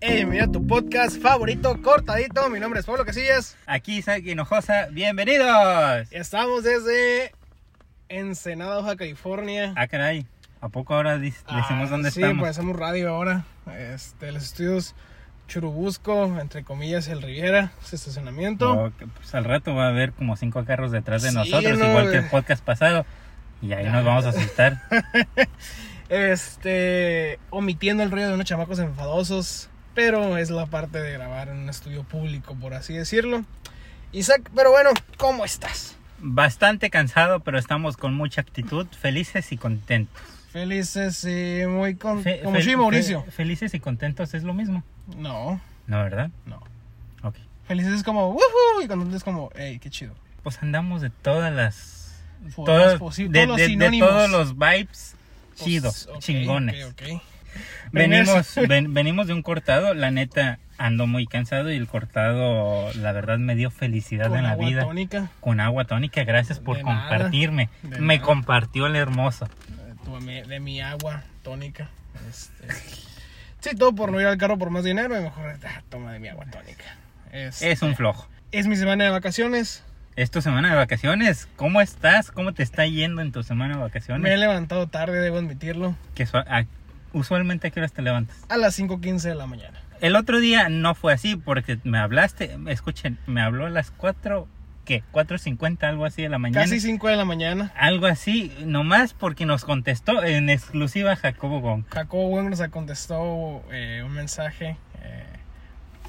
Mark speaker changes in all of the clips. Speaker 1: Hey, bienvenido a tu podcast favorito, cortadito. Mi nombre es Pablo Casillas.
Speaker 2: Aquí Isaac Hinojosa, bienvenidos. Ah,
Speaker 1: Estamos desde Ensenada, Baja California.
Speaker 2: Ah, caray, ¿a poco ahora dic- decimos
Speaker 1: Ah,
Speaker 2: dónde
Speaker 1: sí,
Speaker 2: estamos?
Speaker 1: pues hacemos radio ahora. Este, los estudios Churubusco, entre comillas, el Riviera, su estacionamiento.
Speaker 2: No, que, pues, al rato va a haber como cinco carros detrás de
Speaker 1: Sí,
Speaker 2: nosotros,
Speaker 1: no,
Speaker 2: igual que el
Speaker 1: güey.
Speaker 2: podcast pasado. Y ahí
Speaker 1: Ya,
Speaker 2: nos vamos a
Speaker 1: ya.
Speaker 2: asustar.
Speaker 1: Este, omitiendo el ruido de unos chamacos enfadosos, pero es la parte de grabar en un estudio público, por así decirlo. Isaac, pero bueno, ¿cómo estás?
Speaker 2: Bastante cansado, pero estamos con mucha actitud, felices y contentos.
Speaker 1: Felices y muy con...
Speaker 2: Fe-
Speaker 1: como
Speaker 2: fel-
Speaker 1: Jim Mauricio.
Speaker 2: fe- felices y contentos es lo mismo.
Speaker 1: No,
Speaker 2: No, ¿verdad?
Speaker 1: no.
Speaker 2: Ok.
Speaker 1: Felices es como, "Woohoo", y contentos es como, hey, qué chido.
Speaker 2: Pues andamos de todas las...
Speaker 1: Formas
Speaker 2: todas-
Speaker 1: posi- Pues,
Speaker 2: de,
Speaker 1: todos los
Speaker 2: de- de
Speaker 1: sinónimos.
Speaker 2: todos los vibes
Speaker 1: Pues,
Speaker 2: chidos,
Speaker 1: ok,
Speaker 2: chingones.
Speaker 1: ok, ok.
Speaker 2: Venimos, ven- venimos de un cortado, la neta ando muy cansado y el cortado la verdad me dio felicidad
Speaker 1: Con
Speaker 2: en la
Speaker 1: agua
Speaker 2: vida.
Speaker 1: tónica,
Speaker 2: Con agua tónica, gracias por
Speaker 1: De nada,
Speaker 2: compartirme.
Speaker 1: de
Speaker 2: me
Speaker 1: nada.
Speaker 2: compartió el hermoso.
Speaker 1: eh, tu- mi- de mi agua tónica. Este, sí, todo por no ir al carro por más dinero, y mejor ah, toma de mi agua tónica. Este,
Speaker 2: Es un flojo.
Speaker 1: es mi semana de vacaciones.
Speaker 2: Es tu semana de vacaciones. ¿Cómo estás? ¿Cómo te está yendo en tu semana de
Speaker 1: Me he
Speaker 2: vacaciones?
Speaker 1: levantado tarde, debo admitirlo,
Speaker 2: Que su- a- usualmente a qué horas te levantas.
Speaker 1: a las 5.15 de la mañana.
Speaker 2: El otro día no fue así porque me hablaste, escuchen, me habló a las 4, ¿qué? 4.50, algo así de la mañana.
Speaker 1: Casi 5 de la mañana.
Speaker 2: Algo así, nomás porque nos contestó en exclusiva Jacobo Gon.
Speaker 1: Jacobo Bueno nos contestó eh, un mensaje. eh,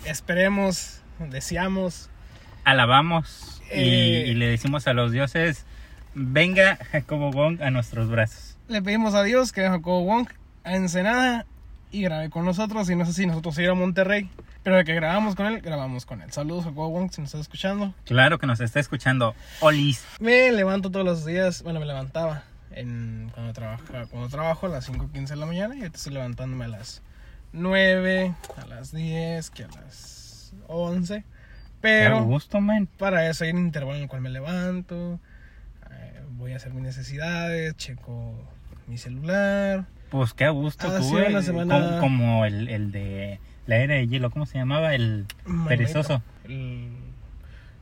Speaker 1: esperemos, deseamos
Speaker 2: Alabamos y,
Speaker 1: Eh.
Speaker 2: y le decimos a los dioses, venga Jacobo Gon a nuestros brazos.
Speaker 1: Le pedimos a Dios que Jacobo Wong a Ensenada y grabe con nosotros. Y no sé si nosotros ir a Monterrey, pero de que grabamos con él, grabamos con él. Saludos, Jacobo Wong, si nos estás escuchando.
Speaker 2: Claro que nos está escuchando. Olis.
Speaker 1: Me levanto todos los días, bueno, me levantaba en, cuando, trabaja, cuando trabajo a las 5.15 de la mañana y ahorita estoy levantándome a las 9, a las 10, que a las 11.
Speaker 2: Qué a
Speaker 1: Pero
Speaker 2: gusto, man.
Speaker 1: para eso hay un intervalo en el cual me levanto, eh, voy a hacer mis necesidades, checo mi celular.
Speaker 2: Pues qué a gusto
Speaker 1: Ha
Speaker 2: tú,
Speaker 1: sido
Speaker 2: eh,
Speaker 1: una Ah, semana-
Speaker 2: Como, como el, el de la era de hielo, ¿cómo se llamaba? El
Speaker 1: Maldito.
Speaker 2: perezoso.
Speaker 1: El-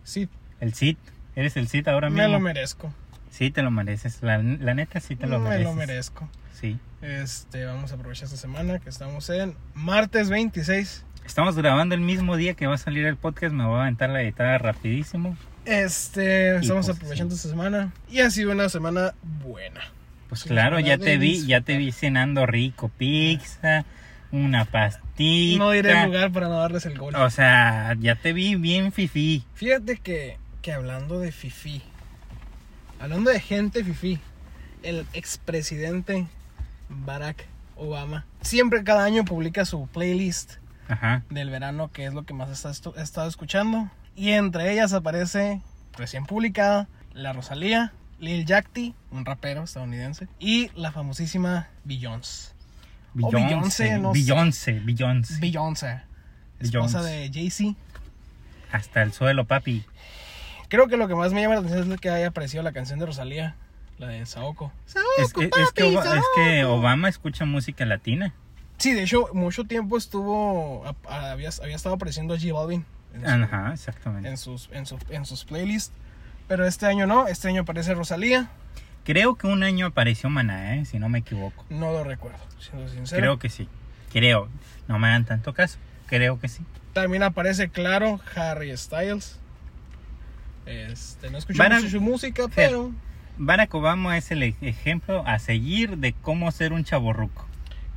Speaker 1: Sí,
Speaker 2: El Cid. Eres el Cid ahora
Speaker 1: me
Speaker 2: mismo.
Speaker 1: lo merezco.
Speaker 2: sí, te lo mereces. La, la neta sí te lo
Speaker 1: me
Speaker 2: mereces.
Speaker 1: lo merezco.
Speaker 2: Sí.
Speaker 1: Este, vamos a aprovechar esta semana que estamos en martes 26.
Speaker 2: Estamos grabando el mismo día que va a salir el podcast. Me voy a aventar la editada rapidísimo.
Speaker 1: Este, estamos
Speaker 2: pues,
Speaker 1: aprovechando esta semana y ha sido una semana buena.
Speaker 2: Pues
Speaker 1: Sí,
Speaker 2: claro,
Speaker 1: la
Speaker 2: ya
Speaker 1: de
Speaker 2: te vi,
Speaker 1: disfrutar.
Speaker 2: ya te vi cenando rico, pizza, una pastita.
Speaker 1: No diré el lugar para no darles el gol.
Speaker 2: O sea, ya te vi bien fifí.
Speaker 1: Fíjate que, que hablando de Fifi, hablando de gente Fifi, el expresidente Barack Obama siempre cada año publica su playlist
Speaker 2: Ajá.
Speaker 1: del verano, que es lo que más está estu- he estado escuchando. Y entre ellas aparece, recién publicada, La Rosalía, Lil Yachty, un rapero estadounidense, y la famosísima Beyoncé. O Oh, Beyoncé,
Speaker 2: Beyoncé,
Speaker 1: no sé.
Speaker 2: Beyoncé, Beyoncé.
Speaker 1: Beyoncé, esposa de Jay-Z.
Speaker 2: Hasta el suelo, papi.
Speaker 1: Creo que lo que más me llama la atención es lo que haya aparecido la canción de Rosalía, la de Saoko.
Speaker 2: Es, es- es que, Oba- es que Obama escucha música latina.
Speaker 1: Sí, de hecho, mucho tiempo estuvo, a- a- había, había estado apareciendo G Balvin. en su-
Speaker 2: Ajá, exactamente.
Speaker 1: en sus, en, su- en sus playlists. Pero este año no, este año aparece Rosalía.
Speaker 2: Creo que un año apareció Maná, ¿eh? si no me equivoco.
Speaker 1: No lo recuerdo, siendo sincero.
Speaker 2: Creo que sí. Creo. No me hagan tanto caso. Creo que sí.
Speaker 1: También aparece, claro, Harry Styles. Este, no escuché
Speaker 2: Van a-
Speaker 1: mucho su música, pero
Speaker 2: Barack Obama es el ej- ejemplo a seguir de cómo ser un chaborruco.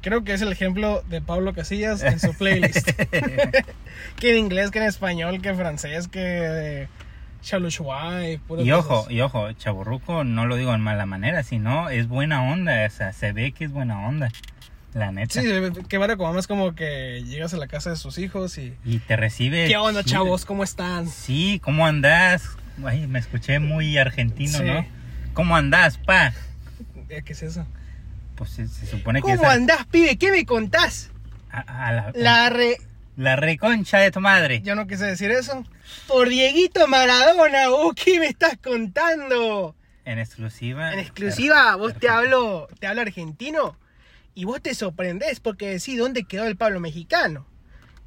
Speaker 1: creo que es el ejemplo de Pablo Casillas en su playlist. que en inglés, que en español, que en francés, que chaluchua y puro
Speaker 2: Y ojo, y ojo, chaburruco no lo digo en mala manera, sino es buena onda, o sea, se ve que es buena onda, la neta.
Speaker 1: Sí, que Barack Obama es como que llegas a la casa de sus hijos y...
Speaker 2: Y te recibe.
Speaker 1: ¿Qué onda,
Speaker 2: chido.
Speaker 1: chavos? ¿Cómo están?
Speaker 2: Sí, ¿cómo andás? Ay, me escuché muy argentino,
Speaker 1: Sí.
Speaker 2: ¿no? ¿Cómo andás, pa?
Speaker 1: Eh, ¿Qué es eso?
Speaker 2: Pues se, se supone que es
Speaker 1: ¿Cómo
Speaker 2: a,
Speaker 1: andás, pibe? ¿Qué me contás?
Speaker 2: a- a la,
Speaker 1: La re...
Speaker 2: la reconcha de tu madre.
Speaker 1: Yo no quise decir eso. Por Dieguito Maradona, ¿vos qué me estás contando?
Speaker 2: En exclusiva.
Speaker 1: En exclusiva, vos te hablo, te hablo argentino y vos te sorprendés porque decís dónde quedó el Pablo mexicano.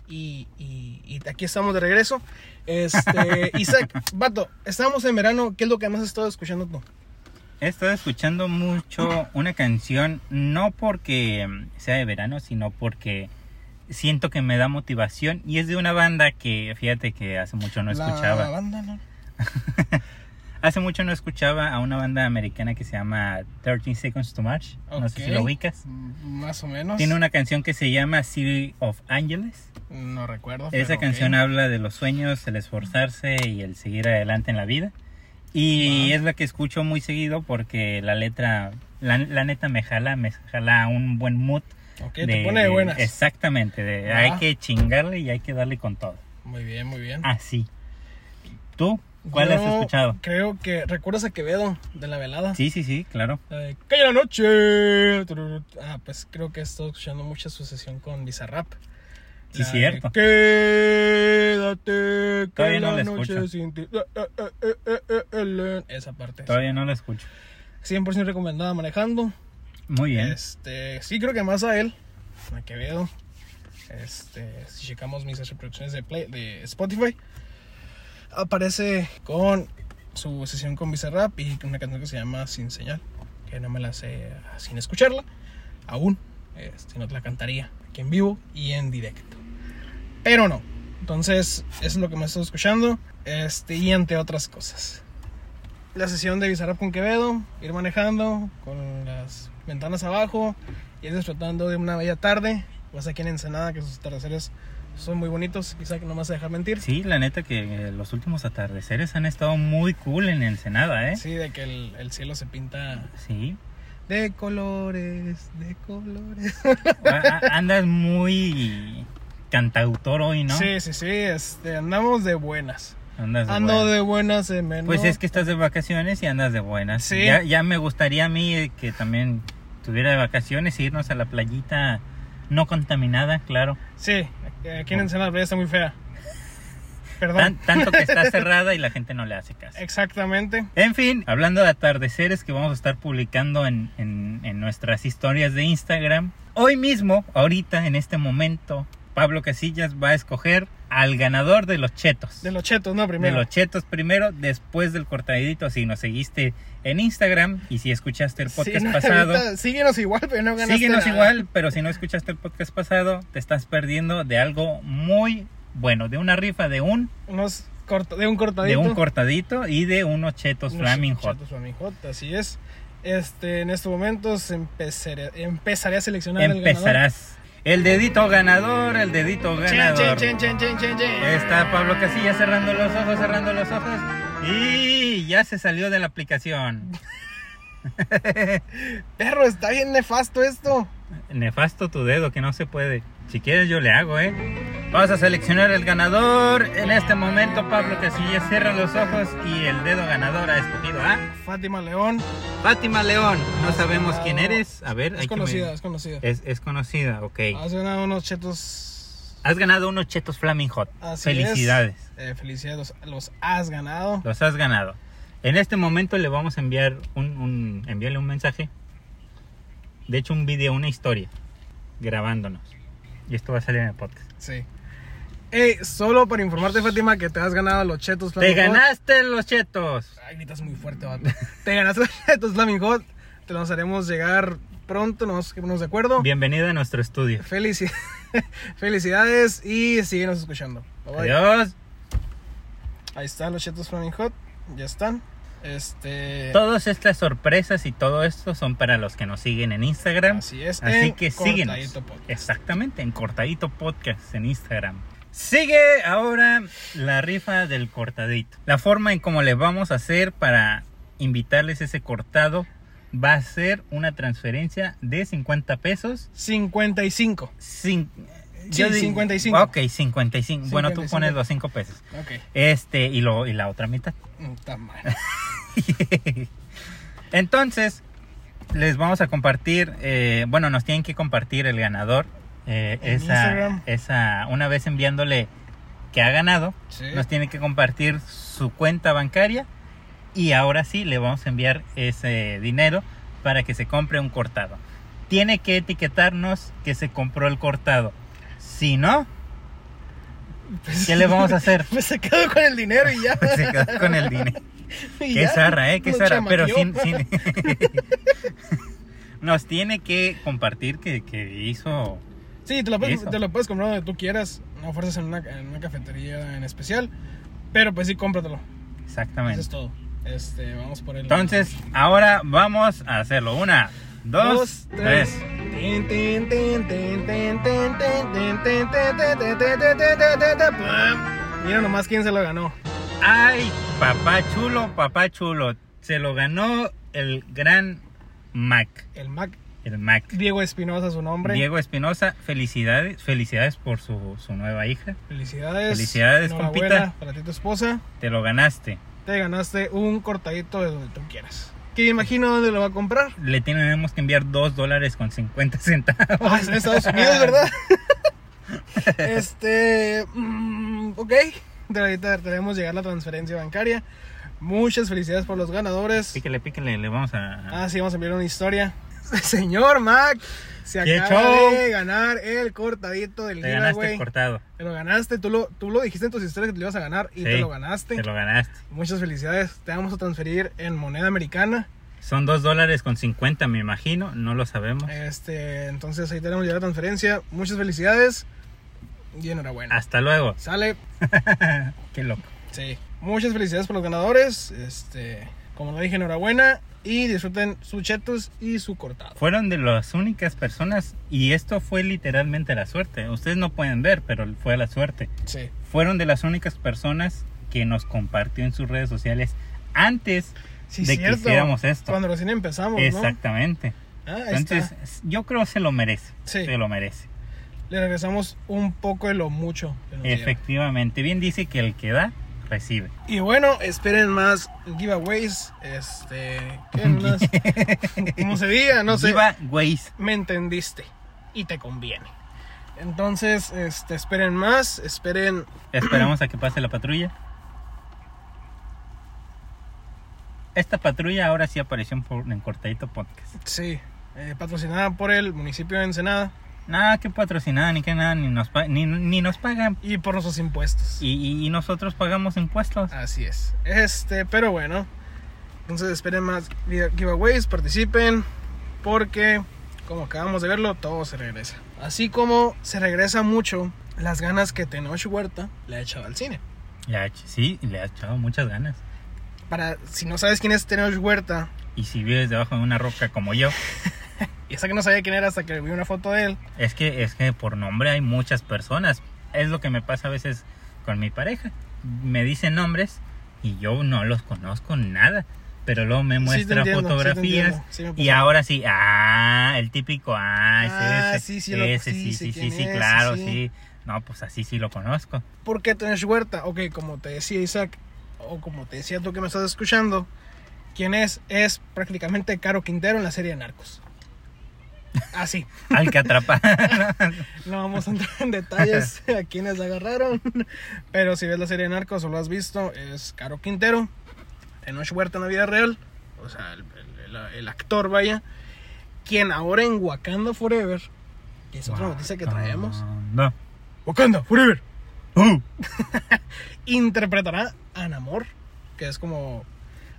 Speaker 1: Y, y- y aquí estamos de regreso. Este, Isaac, vato, estábamos en verano. ¿Qué es lo que más has estado escuchando tú?
Speaker 2: He estado escuchando mucho una canción, no porque mm, sea de verano, sino porque siento que me da motivación y es de una banda que fíjate que hace mucho no
Speaker 1: La
Speaker 2: escuchaba.
Speaker 1: banda, ¿no?
Speaker 2: Hace mucho no escuchaba a una banda americana que se llama 13 Seconds to March. No sé si lo
Speaker 1: Ok.
Speaker 2: ubicas.
Speaker 1: Mm, Más o menos.
Speaker 2: Tiene una canción que se llama City of Angeles.
Speaker 1: No recuerdo.
Speaker 2: Esa
Speaker 1: pero
Speaker 2: canción
Speaker 1: ok.
Speaker 2: habla de los sueños, el esforzarse y el seguir adelante en la vida. Y
Speaker 1: Va.
Speaker 2: es la que escucho muy seguido porque la letra, la, la neta me jala, me jala un buen mood.
Speaker 1: Ok, te pone de buenas.
Speaker 2: Exactamente, de,
Speaker 1: Va.
Speaker 2: hay que chingarle y hay que darle con todo.
Speaker 1: Muy bien, muy bien.
Speaker 2: Así. ¿Tú? Ah, ¿Cuál has
Speaker 1: Yo
Speaker 2: escuchado?
Speaker 1: Creo que. ¿Recuerdas a Quevedo de la velada?
Speaker 2: Sí, sí, sí, claro.
Speaker 1: La de, ¡Calla la noche! Tururut. Ah, pues creo que he estado escuchando mucha sucesión con Bizarrap.
Speaker 2: Sí,
Speaker 1: La de,
Speaker 2: cierto.
Speaker 1: Quédate, que
Speaker 2: Todavía no
Speaker 1: la
Speaker 2: la
Speaker 1: noche
Speaker 2: escucho.
Speaker 1: sin ti. Eh, eh, eh, eh, eh, eh, eh, eh. Esa parte.
Speaker 2: Todavía no la escucho.
Speaker 1: 100% recomendada manejando.
Speaker 2: Muy bien.
Speaker 1: Este, sí, creo que más a él, a Quevedo. Este, si checamos mis reproducciones de, Play- de Spotify, aparece con su sesión con Bizarrap y con una canción que se llama Sin Señal, que no me la sé eh, sin escucharla, aún, este, no te la cantaría aquí en vivo y en directo. Pero no, entonces eso es lo que me estoy escuchando, este, y entre otras cosas la sesión de Bizarrap con Quevedo, ir manejando con las ventanas abajo, ir disfrutando de una bella tarde, vas aquí en Ensenada que sus atardeceres son muy bonitos, Isaac no me vas a dejar mentir.
Speaker 2: Sí, la neta que eh, los últimos atardeceres han estado muy cool en Ensenada, ¿eh? Sí.
Speaker 1: Sí, de que el, el cielo se pinta de colores, de colores.
Speaker 2: A- a- Andas muy cantautor hoy, ¿no?
Speaker 1: Sí, sí, sí, este, andamos de buenas.
Speaker 2: Andas de
Speaker 1: Ando
Speaker 2: buena.
Speaker 1: de buenas en menor.
Speaker 2: Pues es que estás de vacaciones y andas de buenas.
Speaker 1: Sí.
Speaker 2: Ya, ya me gustaría a mí eh, que también tuviera de vacaciones e irnos a la playita no contaminada, claro.
Speaker 1: Sí, aquí en Ensenada la playa está muy fea. Perdón.
Speaker 2: Tan- tanto que está cerrada y la gente no le hace caso.
Speaker 1: Exactamente.
Speaker 2: En fin, hablando de atardeceres que vamos a estar publicando en, en- en nuestras historias de Instagram, hoy mismo, ahorita, en este momento, Pablo Casillas va a escoger al ganador de los chetos.
Speaker 1: De los chetos, no,
Speaker 2: De
Speaker 1: primero.
Speaker 2: los chetos primero, después del cortadito, si nos seguiste en Instagram y si escuchaste el podcast
Speaker 1: Sí, no,
Speaker 2: pasado.
Speaker 1: ahorita síguenos igual, pero no ganaste
Speaker 2: Síguenos
Speaker 1: nada.
Speaker 2: igual, pero si no escuchaste el podcast pasado, te estás perdiendo de algo muy bueno, de una rifa de un,
Speaker 1: Unos corta- de un
Speaker 2: de
Speaker 1: cortadito.
Speaker 2: un cortadito y de unos chetos
Speaker 1: Unos
Speaker 2: Flaming Hot.
Speaker 1: chetos Flaming Hot, así es. Este, en estos momentos empezaré, empezaré a seleccionar
Speaker 2: Empezarás. El dedito ganador, el dedito
Speaker 1: el ganador.
Speaker 2: ganador. Eh.
Speaker 1: Chen, chen, chen, chen, chen, chen.
Speaker 2: Está Pablo Casilla cerrando los ojos, cerrando los ojos. Y ya se salió de la aplicación.
Speaker 1: Perro, está bien nefasto esto.
Speaker 2: Nefasto tu dedo, que no se puede. Si quieres yo le hago, ¿eh? Vamos a seleccionar el ganador. En este momento Pablo Casilla cierra los ojos y el dedo ganador ha escogido a
Speaker 1: Fátima León.
Speaker 2: Fátima León. No sabemos quién eres. A ver, hay
Speaker 1: Es
Speaker 2: que me-
Speaker 1: conocida, Ah. es conocida.
Speaker 2: Es, es conocida, ok.
Speaker 1: Has ganado unos chetos.
Speaker 2: Has ganado unos chetos Flaming Hot.
Speaker 1: Así es.
Speaker 2: Felicidades.
Speaker 1: Eh, felicidades, los, los has ganado.
Speaker 2: Los has ganado. En este momento le vamos a enviar un, un- enviarle un mensaje. De hecho, un video, una historia. Grabándonos. Y esto va a salir en el podcast.
Speaker 1: Sí. Ey, solo para informarte, Fátima, que te has ganado los chetos.
Speaker 2: ¡Te
Speaker 1: Flaming Hot.
Speaker 2: ganaste los chetos!
Speaker 1: Ay, gritas muy fuerte, vato. Te ganaste los chetos Flaming Hot. Te los haremos llegar pronto, nos ponemos de acuerdo.
Speaker 2: Bienvenido a nuestro estudio.
Speaker 1: Felici- Felicidades y síguenos escuchando. Bye, bye.
Speaker 2: Adiós.
Speaker 1: Ahí están los chetos Flaming Hot. Ya están. Este.
Speaker 2: Todas estas sorpresas y todo esto son para los que nos siguen en Instagram.
Speaker 1: Así es.
Speaker 2: Así
Speaker 1: en
Speaker 2: que síguenos.
Speaker 1: Cortadito Podcast.
Speaker 2: Exactamente, en Cortadito Podcast en Instagram. Sigue ahora la rifa del cortadito. La forma en cómo les vamos a hacer para invitarles ese cortado va a ser una transferencia de 50 pesos.
Speaker 1: 55.
Speaker 2: Sin,
Speaker 1: Sí,
Speaker 2: di-
Speaker 1: 55.
Speaker 2: Ok, 55. Bueno, tú
Speaker 1: 55.
Speaker 2: pones los 5 pesos.
Speaker 1: Ok.
Speaker 2: Este y, lo, y la otra mitad.
Speaker 1: Mm, Está mal.
Speaker 2: Entonces, les vamos a compartir, eh, bueno, nos tienen que compartir el ganador. eh,
Speaker 1: En
Speaker 2: esa,
Speaker 1: Instagram.
Speaker 2: esa, una vez enviándole que ha ganado,
Speaker 1: Sí.
Speaker 2: nos tiene que compartir su cuenta bancaria y ahora sí le vamos a enviar ese dinero para que se compre un cortado. Tiene que etiquetarnos que se compró el cortado. Si no,
Speaker 1: Pues-
Speaker 2: ¿Qué le vamos a hacer?
Speaker 1: Pues
Speaker 2: Pues
Speaker 1: se quedó con el dinero y ya.
Speaker 2: Se quedó con el dinero.
Speaker 1: Y
Speaker 2: Qué
Speaker 1: ya,
Speaker 2: zarra, ¿eh? Qué
Speaker 1: lo
Speaker 2: zarra. Pero sin,
Speaker 1: chamaqueó.
Speaker 2: sin- Nos tiene que compartir que, que hizo...
Speaker 1: Sí, te lo, puedes,
Speaker 2: Eso.
Speaker 1: te lo puedes comprar donde tú quieras. No fuerzas en una, en una cafetería en especial. Pero pues sí, cómpratelo. Eso
Speaker 2: Exactamente.
Speaker 1: es todo. Este, vamos por el.
Speaker 2: Entonces, ahora vamos a hacerlo. Una, dos, tres.
Speaker 1: Tin, tin, tin, tin, tin, tin, tin, tin, tin, tin, tin, tin, tin, tin, tin, tin, tin, pam. Mira nomás quién se lo ganó.
Speaker 2: Ay, papá chulo, papá chulo. Se lo ganó el gran Mac.
Speaker 1: El Mac
Speaker 2: El Mac.
Speaker 1: Diego Espinosa, su nombre.
Speaker 2: Diego Espinosa, felicidades, felicidades por su, su nueva hija.
Speaker 1: Felicidades.
Speaker 2: Felicidades,
Speaker 1: Enhorabuena
Speaker 2: compita.
Speaker 1: Para ti, y tu esposa.
Speaker 2: Te lo ganaste.
Speaker 1: Te ganaste un cortadito de donde tú quieras. Que imagino dónde lo va a comprar.
Speaker 2: Le tenemos que enviar 2 dólares con 50 centavos.
Speaker 1: Ah, es en Estados Unidos, ¿verdad? este. mm, ok. De ahorita tenemos llegar la transferencia bancaria. Muchas felicidades por los ganadores.
Speaker 2: Píquele, píquele, le vamos a...
Speaker 1: Ah, sí, vamos a enviar una historia. Señor Mac, se
Speaker 2: ¿Qué
Speaker 1: acaba
Speaker 2: show?
Speaker 1: de ganar el cortadito del
Speaker 2: Te ganaste el
Speaker 1: giveaway.
Speaker 2: cortado.
Speaker 1: Te lo ganaste, tú lo, tú lo dijiste en tus historias que te lo ibas a ganar y
Speaker 2: Sí,
Speaker 1: te lo ganaste.
Speaker 2: Te lo ganaste.
Speaker 1: Muchas felicidades. Te vamos a transferir en moneda americana.
Speaker 2: Son 2 dólares con 50, me imagino. No lo sabemos.
Speaker 1: Este, entonces ahí tenemos ya la transferencia. Muchas felicidades y enhorabuena.
Speaker 2: Hasta luego.
Speaker 1: Sale.
Speaker 2: Qué loco.
Speaker 1: Sí. Muchas felicidades por los ganadores. Este, como lo dije, enhorabuena y disfruten su chetos y su cortado.
Speaker 2: Fueron de las únicas personas y esto fue literalmente la suerte. Ustedes no pueden ver, pero fue la suerte.
Speaker 1: Sí.
Speaker 2: Fueron de las únicas personas que nos compartió en sus redes sociales antes
Speaker 1: Sí,
Speaker 2: de que
Speaker 1: cierto.
Speaker 2: hiciéramos esto.
Speaker 1: Cuando recién empezamos, Oh, ¿no?
Speaker 2: Exactamente.
Speaker 1: Ah, ahí
Speaker 2: Entonces,
Speaker 1: está.
Speaker 2: yo creo se lo merece.
Speaker 1: Sí.
Speaker 2: Se lo merece.
Speaker 1: Le regresamos un poco de lo mucho. que nos dieron.
Speaker 2: Efectivamente. Bien dice que el que da, recibe.
Speaker 1: Y bueno, esperen más giveaways. Este, ¿qué? Unas- como se diga, no sé.
Speaker 2: Viva Waze.
Speaker 1: me entendiste y te conviene. Entonces, este, esperen más, esperen.
Speaker 2: Esperamos a que pase la patrulla. Esta patrulla ahora sí apareció en por- en Cortadito Podcast.
Speaker 1: Sí, eh, patrocinada por el municipio de Ensenada
Speaker 2: Nada que patrocinada, ni que nada, ni nos, pa- ni, ni nos pagan.
Speaker 1: y por nuestros impuestos.
Speaker 2: Y, y- y nosotros pagamos impuestos.
Speaker 1: Así es. Este, pero bueno. Entonces, esperen más give- giveaways, participen, porque como acabamos de verlo, todo se regresa. Así como se regresa mucho las ganas que Tenoch Huerta le ha echado al cine.
Speaker 2: Le ha ech- sí, le ha echado muchas ganas.
Speaker 1: Para, si no sabes quién es Tenoch Huerta,
Speaker 2: Y si vives debajo de una roca como yo,
Speaker 1: y hasta que no sabía quién era hasta que vi una foto de él,
Speaker 2: Es que, es que por nombre hay muchas personas. Es lo que me pasa a veces con mi pareja. Me dicen nombres y yo no los conozco nada. Pero luego me
Speaker 1: Sí, te
Speaker 2: muestra
Speaker 1: entiendo, sí, te
Speaker 2: fotografías.
Speaker 1: entiendo. Sí me
Speaker 2: y
Speaker 1: pasó.
Speaker 2: ahora sí, ah, el típico, ah, ese,
Speaker 1: Ah,
Speaker 2: ese,
Speaker 1: sí, sí lo-
Speaker 2: ese,
Speaker 1: sí,
Speaker 2: sí,
Speaker 1: sé
Speaker 2: sí, sí,
Speaker 1: quién
Speaker 2: sí,
Speaker 1: es,
Speaker 2: claro,
Speaker 1: sí.
Speaker 2: sí. No, pues así sí lo conozco.
Speaker 1: ¿Por qué tenés huerta? Ok, como te decía Isaac, o como te decía tú que me estás escuchando, quien es es prácticamente Caro Quintero en la serie de Narcos. Así,
Speaker 2: Al que atrapar.
Speaker 1: no vamos a entrar en detalles a quienes agarraron, pero si ves la serie de Narcos o lo has visto, es Caro Quintero, Tenoch Huerta en la vida real, o sea, el, el- el- el actor, vaya, quien ahora en Wakanda Forever, que es otra noticia que traemos,
Speaker 2: No.
Speaker 1: Wakanda Forever,
Speaker 2: Uh,
Speaker 1: interpretará a Namor, que es como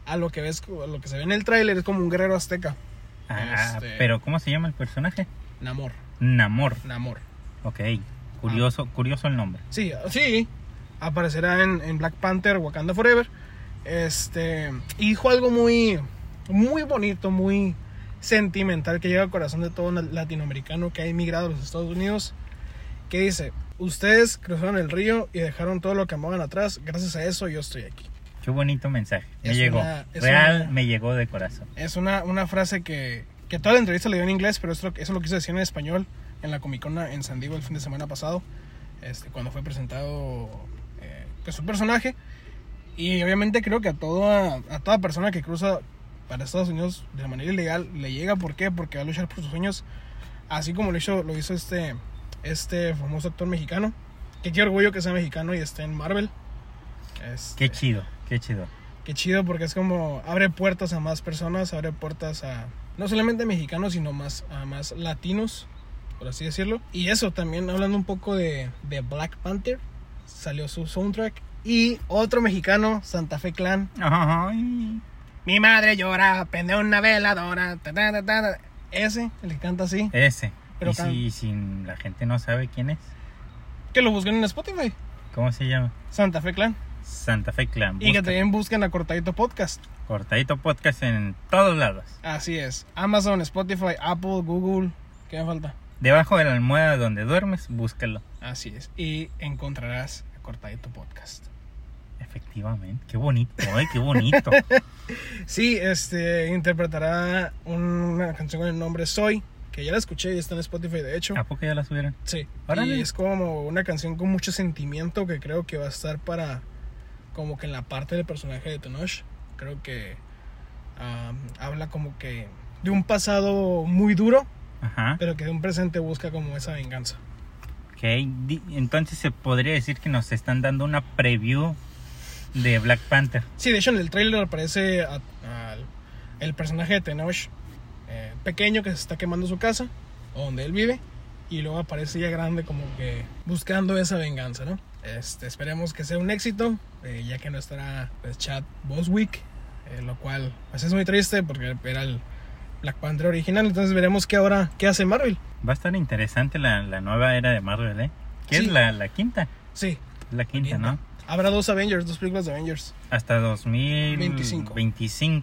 Speaker 1: a lo que ves, a lo que se ve en el tráiler es como un guerrero azteca.
Speaker 2: ah,
Speaker 1: Este-
Speaker 2: Pero, ¿cómo se llama el personaje?
Speaker 1: Namor,
Speaker 2: Namor.
Speaker 1: Namor.
Speaker 2: Ok. Curioso,
Speaker 1: Ah.
Speaker 2: curioso el nombre.
Speaker 1: Sí, sí. Aparecerá en, en Black Panther, Wakanda Forever. Este hijo algo muy, muy bonito, muy sentimental que llega al corazón de todo na- latinoamericano que ha emigrado a los Estados Unidos. Que dice: Ustedes cruzaron el río y dejaron todo lo que amaban atrás. Gracias a eso yo estoy aquí.
Speaker 2: Qué bonito mensaje. Me
Speaker 1: Es
Speaker 2: llegó.
Speaker 1: una- es
Speaker 2: Real
Speaker 1: una-
Speaker 2: me llegó de corazón.
Speaker 1: Es una, una frase que, que toda la entrevista le dio en inglés, pero eso, eso lo quiso decir en español en la Comic Con en San Diego el fin de semana pasado, este, cuando fue presentado eh, pues, su personaje. Y obviamente creo que a toda, a toda persona que cruza para Estados Unidos de manera ilegal le llega. ¿Por qué? Porque va a luchar por sus sueños, así como lo hizo, lo hizo este, este famoso actor mexicano. Que qué orgullo que sea mexicano y esté en Marvel. Este,
Speaker 2: Qué chido, qué chido.
Speaker 1: Qué chido porque es como abre puertas a más personas, abre puertas a no solamente a mexicanos, sino más a más latinos, por así decirlo. Y eso también hablando un poco de, de Black Panther, salió su soundtrack. Y otro mexicano, Santa Fe Clan.
Speaker 2: Ay.
Speaker 1: Mi madre llora, prende una veladora. ta, ta, ta, ta, ta. Ese, el que canta así.
Speaker 2: Ese.
Speaker 1: Pero
Speaker 2: y
Speaker 1: can-
Speaker 2: si, si la gente no sabe quién es,
Speaker 1: Que lo busquen en Spotify.
Speaker 2: ¿cómo se llama?
Speaker 1: Santa Fe Clan.
Speaker 2: Santa Fe Clan.
Speaker 1: Y que
Speaker 2: Busca
Speaker 1: también busquen a Cortadito Podcast.
Speaker 2: Cortadito Podcast en todos lados.
Speaker 1: Así es. Amazon, Spotify, Apple, Google. ¿Qué me falta?
Speaker 2: Debajo de la almohada donde duermes, búscalo.
Speaker 1: Así es. Y encontrarás a Cortadito Podcast.
Speaker 2: Efectivamente. Qué bonito, ay, qué bonito.
Speaker 1: Sí, este interpretará una canción con el nombre Soy, que ya la escuché y está en Spotify de hecho.
Speaker 2: ¿A poco ya la subieron?
Speaker 1: Sí.
Speaker 2: Órale.
Speaker 1: Y es como una canción con mucho sentimiento que creo que va a estar para como que en la parte del personaje de Tenoch. Creo que ah, habla como que de un pasado muy duro,
Speaker 2: Ajá.
Speaker 1: pero que de un presente busca como esa venganza.
Speaker 2: Ok, di- entonces se podría decir que nos están dando una preview de Black Panther.
Speaker 1: Sí, de hecho en el trailer aparece a- al- el personaje de Tenoch eh, pequeño que se está quemando su casa, o donde él vive, y luego aparece ya grande como que buscando esa venganza, ¿no? Este, esperemos que sea un éxito, eh, ya que no estará pues, Chad Boswick, eh, lo cual pues, es muy triste porque era el Black Panther original, entonces veremos qué ahora, qué hace Marvel.
Speaker 2: Va a estar interesante la, la nueva era de Marvel, ¿eh? Que
Speaker 1: Sí.
Speaker 2: es la, la quinta.
Speaker 1: Sí,
Speaker 2: Es La quinta, ¿no?
Speaker 1: habrá dos Avengers, dos películas de Avengers.
Speaker 2: Hasta
Speaker 1: 25.
Speaker 2: 2025.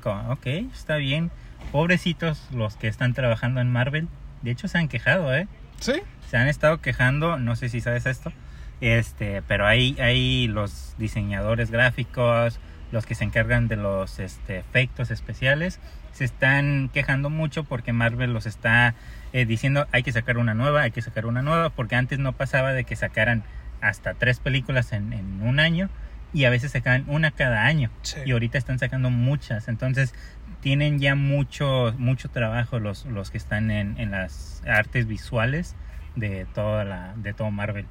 Speaker 2: 25. Ok, está bien. Pobrecitos los que están trabajando en Marvel. De hecho, se han quejado, ¿eh?
Speaker 1: ¿Sí?
Speaker 2: Se han estado quejando, no sé si sabes esto. Este, pero hay, hay los diseñadores gráficos, los que se encargan de los este, efectos especiales, se están quejando mucho porque Marvel los está eh, diciendo hay que sacar una nueva, hay que sacar una nueva, porque antes no pasaba de que sacaran hasta tres películas en, en un año y a veces sacaban una cada año
Speaker 1: Sí.
Speaker 2: y ahorita están sacando muchas, entonces tienen ya mucho, mucho trabajo los, los que están en, en las artes visuales de toda la, de todo Marvel.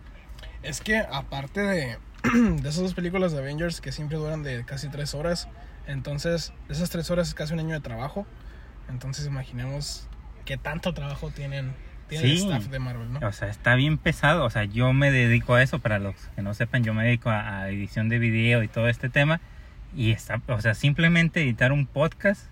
Speaker 1: Es que aparte de, de esas dos películas de Avengers que siempre duran de casi tres horas, entonces de esas tres horas es casi un año de trabajo. Entonces imaginemos qué tanto trabajo tienen, tiene
Speaker 2: Sí. Ah.
Speaker 1: el staff de Marvel, ¿no?
Speaker 2: O sea, está bien pesado. O sea, yo me dedico a eso. Para los que no sepan, yo me dedico a, a edición de video y todo este tema. Y está, o sea, simplemente editar un podcast,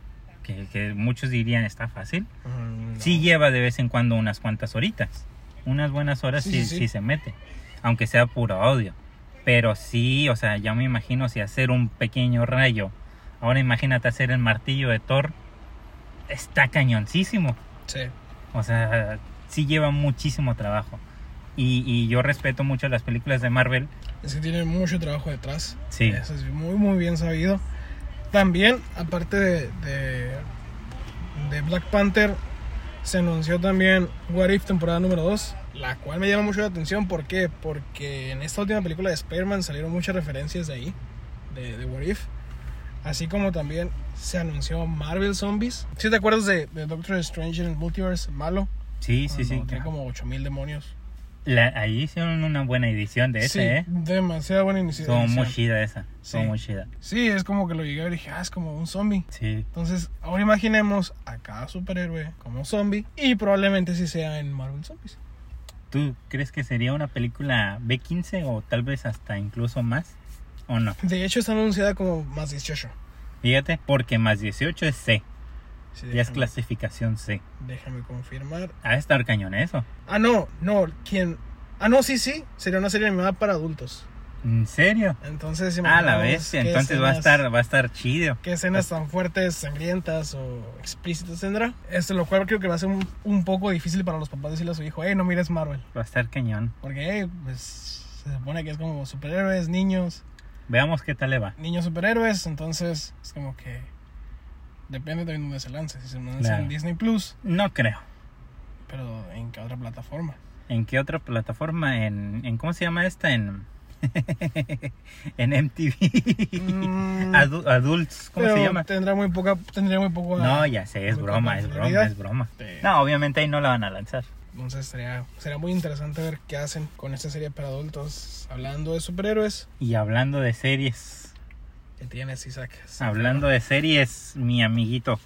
Speaker 2: que, que muchos dirían está fácil,
Speaker 1: Mm, no.
Speaker 2: sí lleva de vez en cuando unas cuantas horitas. Unas buenas horas
Speaker 1: Sí,
Speaker 2: sí,
Speaker 1: sí, sí.
Speaker 2: sí se mete, aunque sea puro audio. Pero sí, o sea, ya me imagino si hacer un pequeño rayo. Ahora imagínate hacer el martillo de Thor. Está cañoncísimo.
Speaker 1: Sí.
Speaker 2: O sea, sí lleva muchísimo trabajo. Y, y yo respeto mucho las películas de Marvel.
Speaker 1: Es que tienen mucho trabajo detrás.
Speaker 2: Sí.
Speaker 1: Eso es muy, muy bien sabido. También, aparte de, de, de Black Panther, se anunció también What If temporada número 2, la cual me llama mucho la atención. ¿Por qué? Porque en esta última película de Spider-Man salieron muchas referencias de ahí, de, de What If. Así como también se anunció Marvel Zombies. Si te acuerdas de, de Doctor Strange en el Multiverse, malo.
Speaker 2: Sí, sí, sí.
Speaker 1: Cuando Tiene como 8000 demonios.
Speaker 2: La- ahí hicieron una buena edición de ese,
Speaker 1: sí,
Speaker 2: ¿eh?
Speaker 1: demasiada buena inicia-
Speaker 2: Estuvo
Speaker 1: iniciativa.
Speaker 2: muy chida esa. Estuvo
Speaker 1: Sí.
Speaker 2: muy chida.
Speaker 1: Sí, es como que lo llegué a ver y dije, ah, es como un zombie.
Speaker 2: Sí.
Speaker 1: Entonces, ahora imaginemos a cada superhéroe como zombie y probablemente si sea en Marvel Zombies.
Speaker 2: ¿Tú crees que sería una película B15 o tal vez hasta incluso más? ¿O no?
Speaker 1: De hecho, está anunciada como más 18.
Speaker 2: Fíjate, porque más 18 es C.
Speaker 1: Sí,
Speaker 2: Ya es
Speaker 1: déjame,
Speaker 2: clasificación C.
Speaker 1: déjame confirmar.
Speaker 2: Ha de estar cañón eso.
Speaker 1: Ah, no, no, ¿quién? Ah, no, sí, sí, sería una serie animada para adultos.
Speaker 2: ¿En serio?
Speaker 1: Entonces,
Speaker 2: Ah, la
Speaker 1: imaginemos
Speaker 2: bestia.
Speaker 1: qué
Speaker 2: Entonces va a
Speaker 1: escenas-
Speaker 2: estar, va a estar chido.
Speaker 1: qué escenas tan fuertes, sangrientas o explícitas tendrá. Este, lo cual creo que va a ser un, un poco difícil para los papás decirle a su hijo, hey, no mires Marvel.
Speaker 2: Va a estar cañón.
Speaker 1: Porque, hey, pues, se supone que es como superhéroes, niños.
Speaker 2: Veamos qué tal le va.
Speaker 1: niños superhéroes, entonces es como que depende también de dónde se lance. Si se lanza
Speaker 2: Claro.
Speaker 1: en Disney Plus,
Speaker 2: No creo.
Speaker 1: pero en qué otra plataforma.
Speaker 2: ¿En qué otra plataforma? ¿En, en cómo se llama esta? En, en MTV.
Speaker 1: Mm,
Speaker 2: Adu- adults, ¿cómo
Speaker 1: pero
Speaker 2: se llama?
Speaker 1: Tendrá muy poca, tendría muy poco.
Speaker 2: No, ya sé, es
Speaker 1: muy
Speaker 2: broma,
Speaker 1: poca
Speaker 2: es broma,
Speaker 1: popularidad.
Speaker 2: es broma.
Speaker 1: Este,
Speaker 2: No, obviamente ahí no la van a lanzar.
Speaker 1: Entonces sería, será muy interesante ver qué hacen con esta serie para adultos. Hablando de superhéroes,
Speaker 2: Y hablando de series,
Speaker 1: que tienes Isaac.
Speaker 2: hablando de series, mi amiguito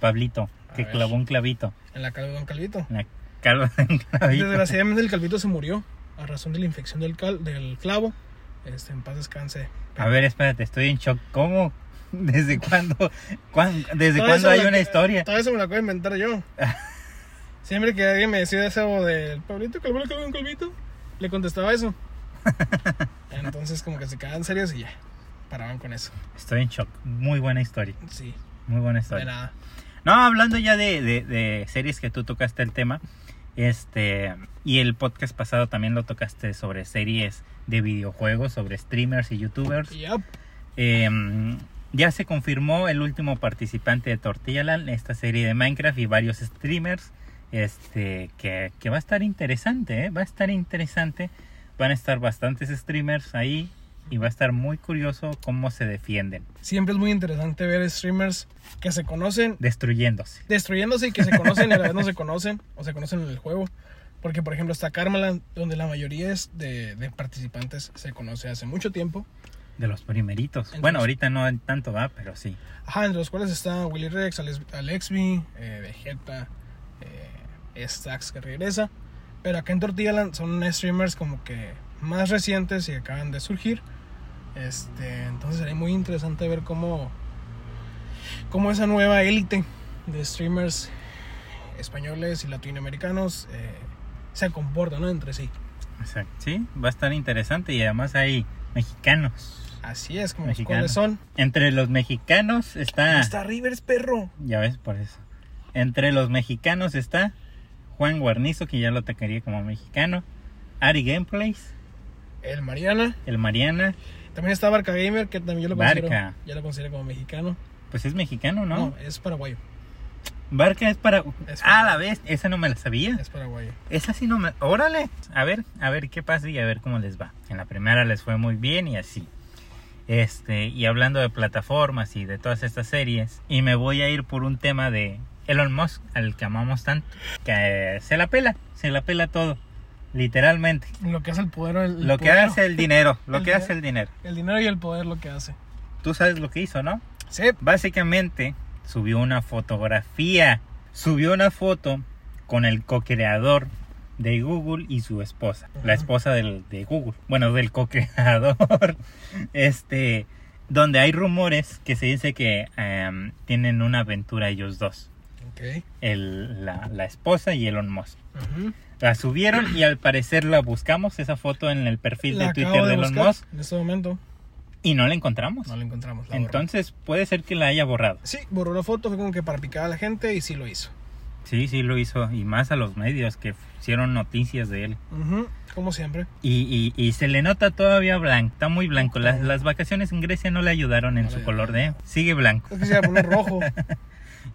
Speaker 2: Pablito,
Speaker 1: A
Speaker 2: que
Speaker 1: ver.
Speaker 2: clavó un clavito.
Speaker 1: En la calva de Don Calvito.
Speaker 2: En la calva de un clavito.
Speaker 1: Desgraciadamente el Calvito se murió a razón de la infección del, cal, del clavo. Este, en paz descanse.
Speaker 2: A ver, espérate, estoy en shock. ¿Cómo? ¿Desde cuándo? cuán- ¿Desde
Speaker 1: Todo eso
Speaker 2: cuándo hay
Speaker 1: me-
Speaker 2: una historia?
Speaker 1: Todo eso me lo acabo de inventar yo. Siempre que alguien me decía eso del Pablito, calvo, calvo, un calvito, le contestaba eso. Entonces, como que se quedaban serios y ya. Paraban con eso.
Speaker 2: Estoy en shock. Muy buena historia.
Speaker 1: Sí,
Speaker 2: Muy buena
Speaker 1: de
Speaker 2: historia.
Speaker 1: nada.
Speaker 2: No, hablando ya de, de- de series que tú tocaste el tema. Este. Y el podcast pasado también lo tocaste sobre series de videojuegos, sobre streamers y youtubers.
Speaker 1: Yup.
Speaker 2: Eh, ya se confirmó el último participante de Tortilla Land, esta serie de Minecraft y varios streamers. Este, que, que va a estar interesante, ¿eh? va a estar interesante. Van a estar bastantes streamers ahí y va a estar muy curioso cómo se defienden,
Speaker 1: Siempre es muy interesante ver streamers que se conocen
Speaker 2: destruyéndose.
Speaker 1: destruyéndose y que se conocen y a la vez no se conocen o se conocen en el juego. Porque, por ejemplo, está Karmaland, donde la mayoría es de, de participantes se conoce hace mucho tiempo.
Speaker 2: De los primeritos.
Speaker 1: Entonces-
Speaker 2: bueno, ahorita no tanto va, pero sí.
Speaker 1: Ajá, entre los cuales está Willy Rex, Alex, Alexby, eh, Vegeta, eh, Stax que regresa. Pero acá en Tortilla Land son streamers como que más recientes y acaban de surgir. Este, entonces sería muy interesante ver cómo, cómo esa nueva élite de streamers españoles y latinoamericanos eh, se comportan ¿no? entre sí.
Speaker 2: O sea, sí, va a estar interesante y además hay mexicanos.
Speaker 1: Así es, como
Speaker 2: Mexicano. Ah.
Speaker 1: cuáles son.
Speaker 2: Entre los mexicanos está...
Speaker 1: Está Rivers, perro.
Speaker 2: Ya ves, por eso. Entre los mexicanos está Juan Guarnizo, que ya lo atacaría como mexicano. Ari Gameplays,
Speaker 1: El Mariana.
Speaker 2: el Mariana,
Speaker 1: También está Barca Gamer, que también yo lo considero,
Speaker 2: Barca.
Speaker 1: yo lo considero como mexicano.
Speaker 2: pues es mexicano, ¿no?
Speaker 1: No, es paraguayo.
Speaker 2: Barca es para...
Speaker 1: Es
Speaker 2: ah,
Speaker 1: para-
Speaker 2: la vez, esa no me la sabía.
Speaker 1: Es paraguayo.
Speaker 2: Esa sí no me... Órale, a ver, a ver qué pasa y a ver cómo les va. En la primera les fue muy bien y así. Este, y hablando de plataformas y de todas estas series, y me voy a ir por un tema de Elon Musk, al que amamos tanto, que eh, se la pela, se la pela todo, literalmente.
Speaker 1: Lo que hace el poder. El
Speaker 2: Lo que
Speaker 1: poder.
Speaker 2: hace el dinero, lo
Speaker 1: El
Speaker 2: que
Speaker 1: dinero.
Speaker 2: hace el dinero.
Speaker 1: El dinero y el poder, lo que hace.
Speaker 2: Tú sabes lo que hizo, ¿no?
Speaker 1: Sí.
Speaker 2: Básicamente subió una fotografía, subió una foto con el co-creador de Google y su esposa,
Speaker 1: Ajá.
Speaker 2: la esposa del, de Google, bueno, del co-creador, este, donde hay rumores que se dice que em, tienen una aventura ellos dos,
Speaker 1: Ok.
Speaker 2: el- la, la esposa y Elon Musk.
Speaker 1: Ujú.
Speaker 2: La subieron y al parecer la buscamos, esa foto en el perfil
Speaker 1: La
Speaker 2: de
Speaker 1: acabo
Speaker 2: Twitter de, Elon
Speaker 1: buscar
Speaker 2: Musk,
Speaker 1: En este momento
Speaker 2: y no la encontramos.
Speaker 1: no la encontramos. la borró.
Speaker 2: Entonces puede ser que la haya borrado.
Speaker 1: Sí, borró la foto, fue como que para picar a la gente y sí lo hizo.
Speaker 2: Sí, sí lo hizo. Y más a los medios que hicieron noticias de él.
Speaker 1: Ujú, Como siempre.
Speaker 2: Y, y- y se le nota todavía blanco. Está muy blanco. Las, las vacaciones en Grecia no le ayudaron en
Speaker 1: No le
Speaker 2: su color de... Sigue blanco.
Speaker 1: Es que se iba a poner rojo.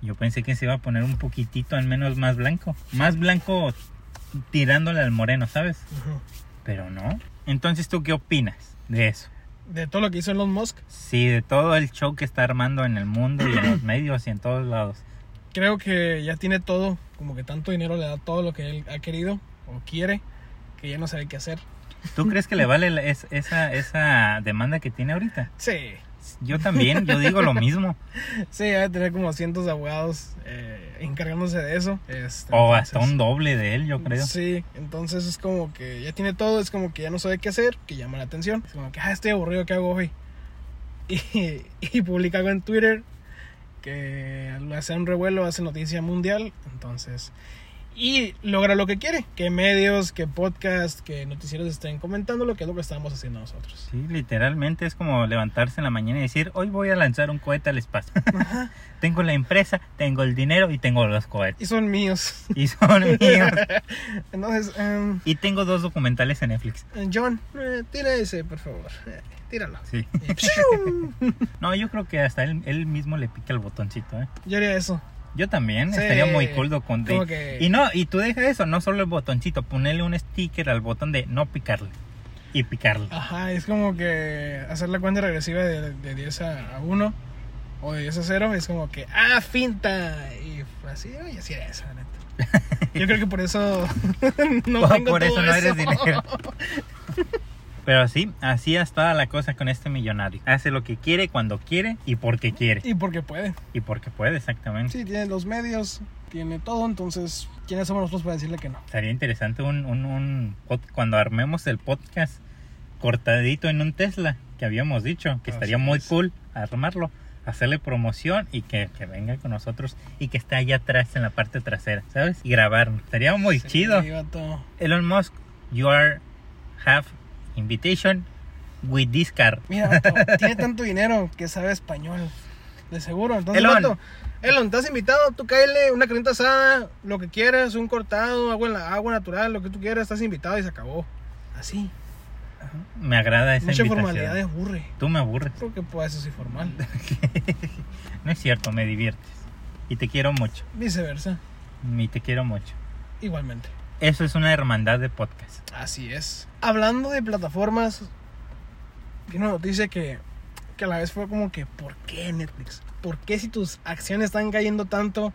Speaker 2: Yo pensé que se iba a poner un poquitito al menos más blanco. Más blanco tirándole al moreno, ¿sabes?
Speaker 1: Ujú.
Speaker 2: Pero no. Entonces, ¿tú qué opinas de eso?
Speaker 1: De todo lo que hizo Elon Musk,
Speaker 2: Sí, de todo el show que está armando en el mundo y en los medios y en todos lados.
Speaker 1: creo que ya tiene todo. Como que tanto dinero le da todo lo que él ha querido o quiere, que ya no sabe qué hacer.
Speaker 2: ¿Tú crees que le vale la- es- esa, esa demanda que tiene ahorita?
Speaker 1: Sí.
Speaker 2: Yo también, yo digo lo mismo.
Speaker 1: Sí, debe tener como cientos de abogados eh, encargándose de eso. Este,
Speaker 2: O hasta
Speaker 1: entonces-
Speaker 2: un doble de él, yo creo.
Speaker 1: Sí, entonces es como que ya tiene todo, es como que ya no sabe qué hacer, que llama la atención. Es como que, ah, estoy aburrido, ¿qué hago hoy? Y, y publica algo en Twitter que lo hace un revuelo, hace noticia mundial, entonces... Y logra lo que quiere, que medios, que podcast, que noticieros estén comentando lo que es lo que estamos haciendo nosotros.
Speaker 2: Sí, literalmente es como levantarse en la mañana y decir, hoy voy a lanzar un cohete al espacio.
Speaker 1: Ajá,
Speaker 2: tengo la empresa, tengo el dinero y tengo los cohetes.
Speaker 1: y son míos.
Speaker 2: Y son míos.
Speaker 1: Entonces, em,
Speaker 2: Y tengo dos documentales en Netflix.
Speaker 1: John, eh, tira ese, por favor. Eh, tíralo.
Speaker 2: Sí.
Speaker 1: Y ¡pshiu!
Speaker 2: No, yo creo que hasta él, él mismo le pica el botoncito, ¿eh?
Speaker 1: Yo haría eso.
Speaker 2: Yo también,
Speaker 1: Sí.
Speaker 2: estaría muy cool do- con
Speaker 1: Como que-
Speaker 2: Y no, y tú deja eso, no solo el botoncito, ponerle un sticker al botón de no picarle. Y picarle.
Speaker 1: Ajá, es como que hacer la cuenta regresiva de, de 10 a, a 1 o de 10 a 0 es como que, ah, finta. Y fue así, ¿no? y así era eso, la neta. Yo creo que por eso no
Speaker 2: Por-
Speaker 1: tengo
Speaker 2: por
Speaker 1: todo
Speaker 2: eso no eres dinero.
Speaker 1: Ujú.
Speaker 2: Pero sí, así está la cosa con este millonario. Hace lo que quiere, cuando quiere y porque quiere.
Speaker 1: Y porque puede.
Speaker 2: Y porque puede, exactamente.
Speaker 1: Sí, tiene los medios, tiene todo, entonces, ¿quiénes somos nosotros para decirle que no?
Speaker 2: Estaría interesante un, un, un pod- cuando armemos el podcast cortadito en un Tesla, que habíamos dicho, que
Speaker 1: Así
Speaker 2: estaría muy
Speaker 1: es.
Speaker 2: cool armarlo, hacerle promoción y que, que venga con nosotros y que esté allá atrás en la parte trasera, ¿sabes? Y grabar. Estaría muy
Speaker 1: Sí,
Speaker 2: chido.
Speaker 1: vato.
Speaker 2: Elon Musk, you are have invitation with this car.
Speaker 1: Mira, vato, tiene tanto dinero que sabe español. De seguro. Entonces,
Speaker 2: Elon.
Speaker 1: vato, Elon, estás invitado. Tú cáele una carnita asada, lo que quieras, un cortado, agua, en la, agua natural, lo que tú quieras. Estás invitado y se acabó. Así.
Speaker 2: Me agrada esa
Speaker 1: Mucha
Speaker 2: invitación.
Speaker 1: formalidad de aburre.
Speaker 2: Tú me aburres.
Speaker 1: Creo que puede eso sí formal.
Speaker 2: No es cierto, me diviertes. Y te quiero mucho.
Speaker 1: Viceversa.
Speaker 2: Y te quiero mucho.
Speaker 1: Igualmente.
Speaker 2: Eso es una hermandad de podcast.
Speaker 1: Así es. Hablando de plataformas, vi una noticia que, que a la vez fue como que, ¿por qué Netflix? ¿Por qué si tus acciones están cayendo tanto,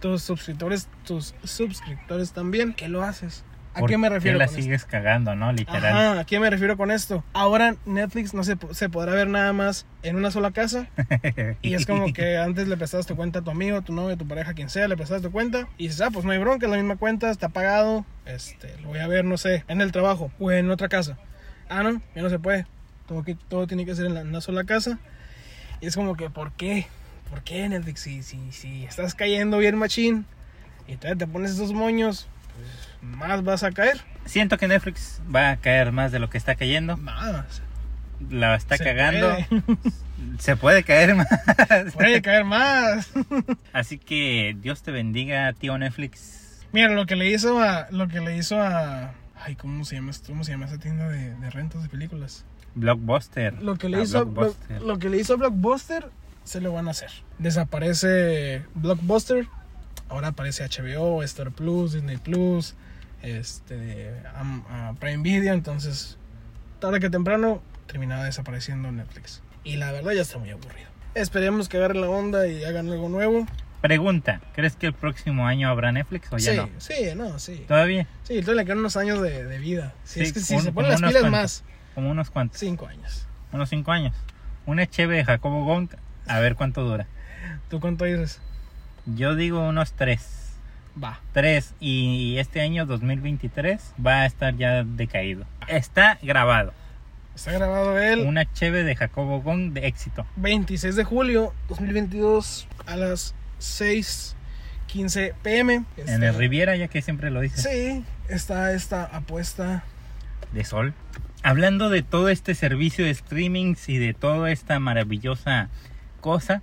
Speaker 1: tus suscriptores, tus suscriptores también? ¿Qué lo haces? ¿A
Speaker 2: ¿Por
Speaker 1: qué me refiero?
Speaker 2: la
Speaker 1: con esto?
Speaker 2: sigues cagando, ¿no? Literal.
Speaker 1: Ajá, ¿a qué me refiero con esto? Ahora Netflix no se, po- se podrá ver nada más en una sola casa. Y es como que antes le prestabas tu cuenta a tu amigo, tu novio, tu pareja, quien sea, le prestabas tu cuenta. Y dices, ah, pues no hay bronca, es la misma cuenta, está pagado. Este, lo voy a ver, no sé, en el trabajo o en otra casa. Ah, no, ya no se puede. Todo, que, todo tiene que ser en la- en una sola casa. Y es como que, ¿por qué? ¿Por qué Netflix? Si, si, si estás cayendo bien machín y todavía te pones esos moños, pues más vas a caer.
Speaker 2: Siento que Netflix va a caer más de lo que está cayendo.
Speaker 1: Más.
Speaker 2: La está
Speaker 1: Se
Speaker 2: cagando.
Speaker 1: puede.
Speaker 2: Se puede caer más.
Speaker 1: Puede caer más.
Speaker 2: Así que Dios te bendiga, tío Netflix.
Speaker 1: Mira, lo que le hizo a. Lo que le hizo a. Ay, ¿cómo se llama, esto? ¿Cómo se llama esa tienda de, de rentas de películas?
Speaker 2: Blockbuster.
Speaker 1: Lo que
Speaker 2: Ah,
Speaker 1: le hizo. Lo,
Speaker 2: Blockbuster.
Speaker 1: lo que le hizo a Blockbuster, se lo van a hacer. Desaparece Blockbuster. Ahora aparece HBO, Star Plus, Disney Plus, este, am- ah, Prime Video. Entonces, tarde que temprano, terminaba desapareciendo Netflix. Y la verdad ya está muy aburrido. Esperemos que agarren la onda y hagan algo nuevo.
Speaker 2: Pregunta: ¿crees que el próximo año habrá Netflix o ya
Speaker 1: sí,
Speaker 2: no?
Speaker 1: sí, no, sí.
Speaker 2: Todavía,
Speaker 1: Sí, entonces le quedan unos años de, de vida. Si
Speaker 2: Sí,
Speaker 1: es que si
Speaker 2: un-
Speaker 1: se
Speaker 2: como
Speaker 1: ponen las
Speaker 2: unos
Speaker 1: pilas
Speaker 2: cuantos.
Speaker 1: más,
Speaker 2: como unos cuantos.
Speaker 1: cinco años.
Speaker 2: unos 5 años. Una cheve de Jacobo Gong, a ver cuánto dura.
Speaker 1: ¿Tú cuánto dices?
Speaker 2: Yo digo unos 3.
Speaker 1: Va.
Speaker 2: 3 y este año 2023 va a estar ya decaído. Está grabado.
Speaker 1: Está grabado el
Speaker 2: Una cheve de Jacobo Gong de éxito.
Speaker 1: 26 de julio 2022 a las 6:15 pm.
Speaker 2: En
Speaker 1: Está-
Speaker 2: el Riviera, ya que siempre lo dices.
Speaker 1: Este, Sí, está esta apuesta.
Speaker 2: De sol. Hablando de todo este servicio de streamings y de toda esta maravillosa cosa,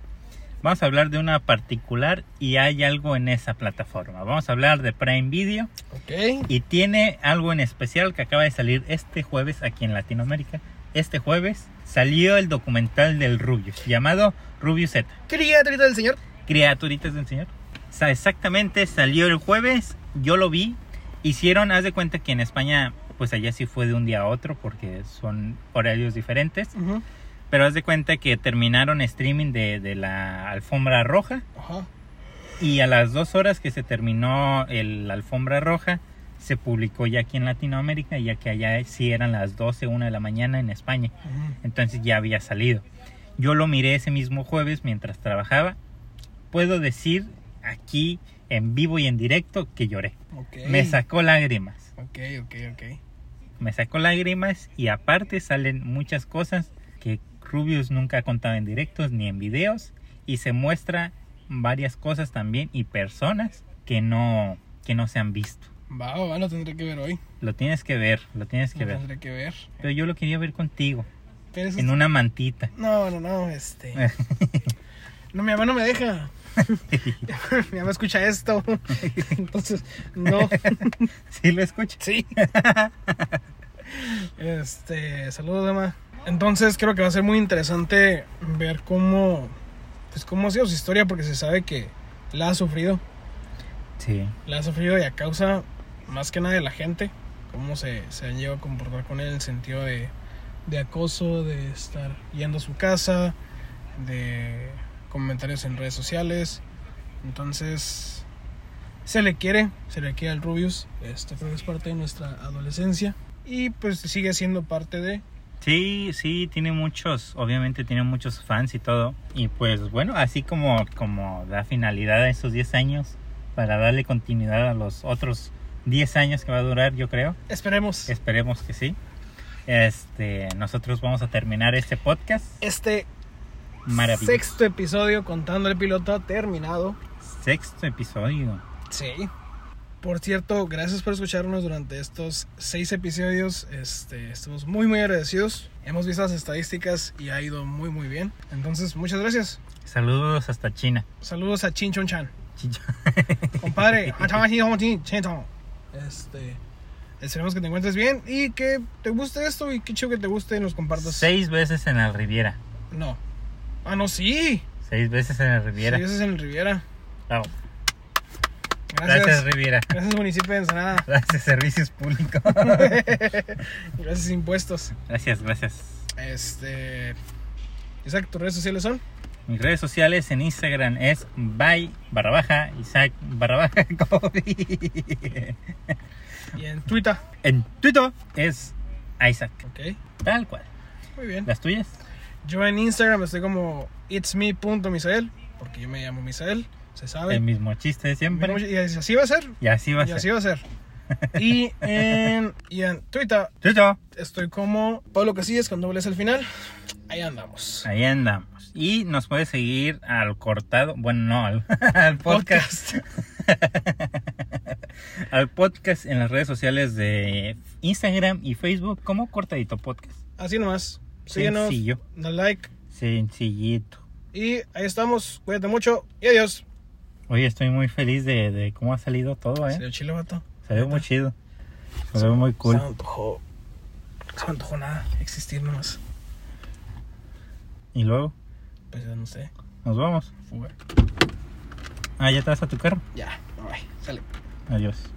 Speaker 2: vamos a hablar de una particular y hay algo en esa plataforma. Vamos a hablar de Prime Video.
Speaker 1: Ok.
Speaker 2: Y tiene algo en especial que acaba de salir este jueves aquí en Latinoamérica. Este jueves salió el documental del Rubius, llamado Rubius Z.
Speaker 1: Criaturita del señor.
Speaker 2: Criaturitas del Señor. O sea, exactamente salió el jueves, yo lo vi. Hicieron, haz de cuenta que en España, pues allá sí fue de un día a otro porque son horarios diferentes.
Speaker 1: Ujú.
Speaker 2: Pero haz de cuenta que terminaron streaming de, de la alfombra roja.
Speaker 1: Ajá.
Speaker 2: Y a las dos horas que se terminó el, la alfombra roja, se publicó ya aquí en Latinoamérica, ya que allá sí eran las 12, 1 de la mañana en España.
Speaker 1: Ujú.
Speaker 2: Entonces ya había salido. Yo lo miré ese mismo jueves mientras trabajaba. Puedo decir aquí en vivo y en directo que lloré.
Speaker 1: Ok.
Speaker 2: Me sacó lágrimas.
Speaker 1: Ok, ok, ok.
Speaker 2: Me sacó lágrimas y aparte salen muchas cosas que Rubius nunca ha contado en directos ni en videos y se muestra varias cosas también y personas que no que no se han visto.
Speaker 1: Va, va, va, lo tendré que ver hoy.
Speaker 2: Lo tienes que ver, lo tienes que
Speaker 1: Lo
Speaker 2: ver.
Speaker 1: tendré que ver.
Speaker 2: Pero yo lo quería ver contigo
Speaker 1: Pero eso
Speaker 2: en una mantita.
Speaker 1: No, no, no, este. No, mi mamá no me deja. mi mamá escucha esto. Entonces, no.
Speaker 2: ¿Sí lo escuchas?
Speaker 1: Sí. Este, saludos, mamá. Entonces, creo que va a ser muy interesante ver cómo, pues, cómo ha sido su historia, porque se sabe que la ha sufrido.
Speaker 2: Sí.
Speaker 1: La ha sufrido y a causa, más que nada, de la gente. Cómo se, se han llegado a comportar con él en el sentido de, de acoso, de estar yendo a su casa, de comentarios en redes sociales. Entonces, se le quiere, se le quiere al Rubius. Este creo que es parte de nuestra adolescencia. Y pues sigue siendo parte de.
Speaker 2: Sí, sí, tiene muchos, obviamente tiene muchos fans y todo. Y pues bueno, así como, como da finalidad a esos 10 años, para darle continuidad a los otros 10 años que va a durar, yo creo.
Speaker 1: Esperemos.
Speaker 2: Esperemos que sí. Este, nosotros vamos a terminar este podcast.
Speaker 1: Este
Speaker 2: Maravilloso.
Speaker 1: sexto episodio contando el piloto ha terminado.
Speaker 2: Sexto episodio.
Speaker 1: Sí. Por cierto, gracias por escucharnos durante estos seis episodios. Este, estamos muy, muy agradecidos. Hemos visto las estadísticas y ha ido muy, muy bien. Entonces, muchas gracias.
Speaker 2: Saludos hasta China.
Speaker 1: Saludos a Chin Chon Chan.
Speaker 2: Chicho.
Speaker 1: Compadre, este, esperemos que te encuentres bien y que te guste esto y que chido que te guste y nos compartas.
Speaker 2: Seis veces en la Riviera.
Speaker 1: No. Ah, no, sí.
Speaker 2: Seis veces en la Riviera.
Speaker 1: Sí, ese es en el Riviera.
Speaker 2: Bravo.
Speaker 1: Gracias.
Speaker 2: Gracias.
Speaker 1: Gracias,
Speaker 2: Riviera.
Speaker 1: municipio de Ensenada.
Speaker 2: Gracias, servicios públicos.
Speaker 1: Gracias, impuestos.
Speaker 2: gracias, gracias.
Speaker 1: Este. Isaac, tus redes sociales son.
Speaker 2: Mis redes sociales en Instagram es by barra baja Isaac barra baja Kobe.
Speaker 1: Y en Twitter.
Speaker 2: En Twitter es Isaac.
Speaker 1: Ok,
Speaker 2: Tal cual.
Speaker 1: muy bien.
Speaker 2: ¿Las tuyas?
Speaker 1: Yo en Instagram estoy como itsme.misael, porque yo me llamo Misael, se
Speaker 2: El
Speaker 1: sabe.
Speaker 2: mismo chiste de siempre.
Speaker 1: Y así va a ser.
Speaker 2: Y así va a
Speaker 1: Y así
Speaker 2: ser.
Speaker 1: va a ser. Y en, y en Twitter
Speaker 2: Twitter.
Speaker 1: estoy como Pablo Casillas con doble S al final. Ahí andamos.
Speaker 2: Ahí andamos. Y nos puedes seguir al cortado, bueno, no, al, al podcast. al podcast en las redes sociales de Instagram y Facebook como Cortadito Podcast.
Speaker 1: Así nomás. Síguenos,
Speaker 2: Sencillo.
Speaker 1: dale like.
Speaker 2: Sencillito.
Speaker 1: Y ahí estamos. Cuídate mucho y adiós.
Speaker 2: Oye, estoy muy feliz de, de cómo ha salido todo,
Speaker 1: Se
Speaker 2: ¿eh?
Speaker 1: dio chile, vato.
Speaker 2: Se ve muy chido. Se ve muy cool.
Speaker 1: Se me antojó. Se me antojó nada. Existir nomás.
Speaker 2: Y luego,
Speaker 1: Pues ya no sé.
Speaker 2: nos vamos.
Speaker 1: Fuga.
Speaker 2: Ah, ya te vas a tu carro.
Speaker 1: Ya. Bye. Sale.
Speaker 2: Adiós.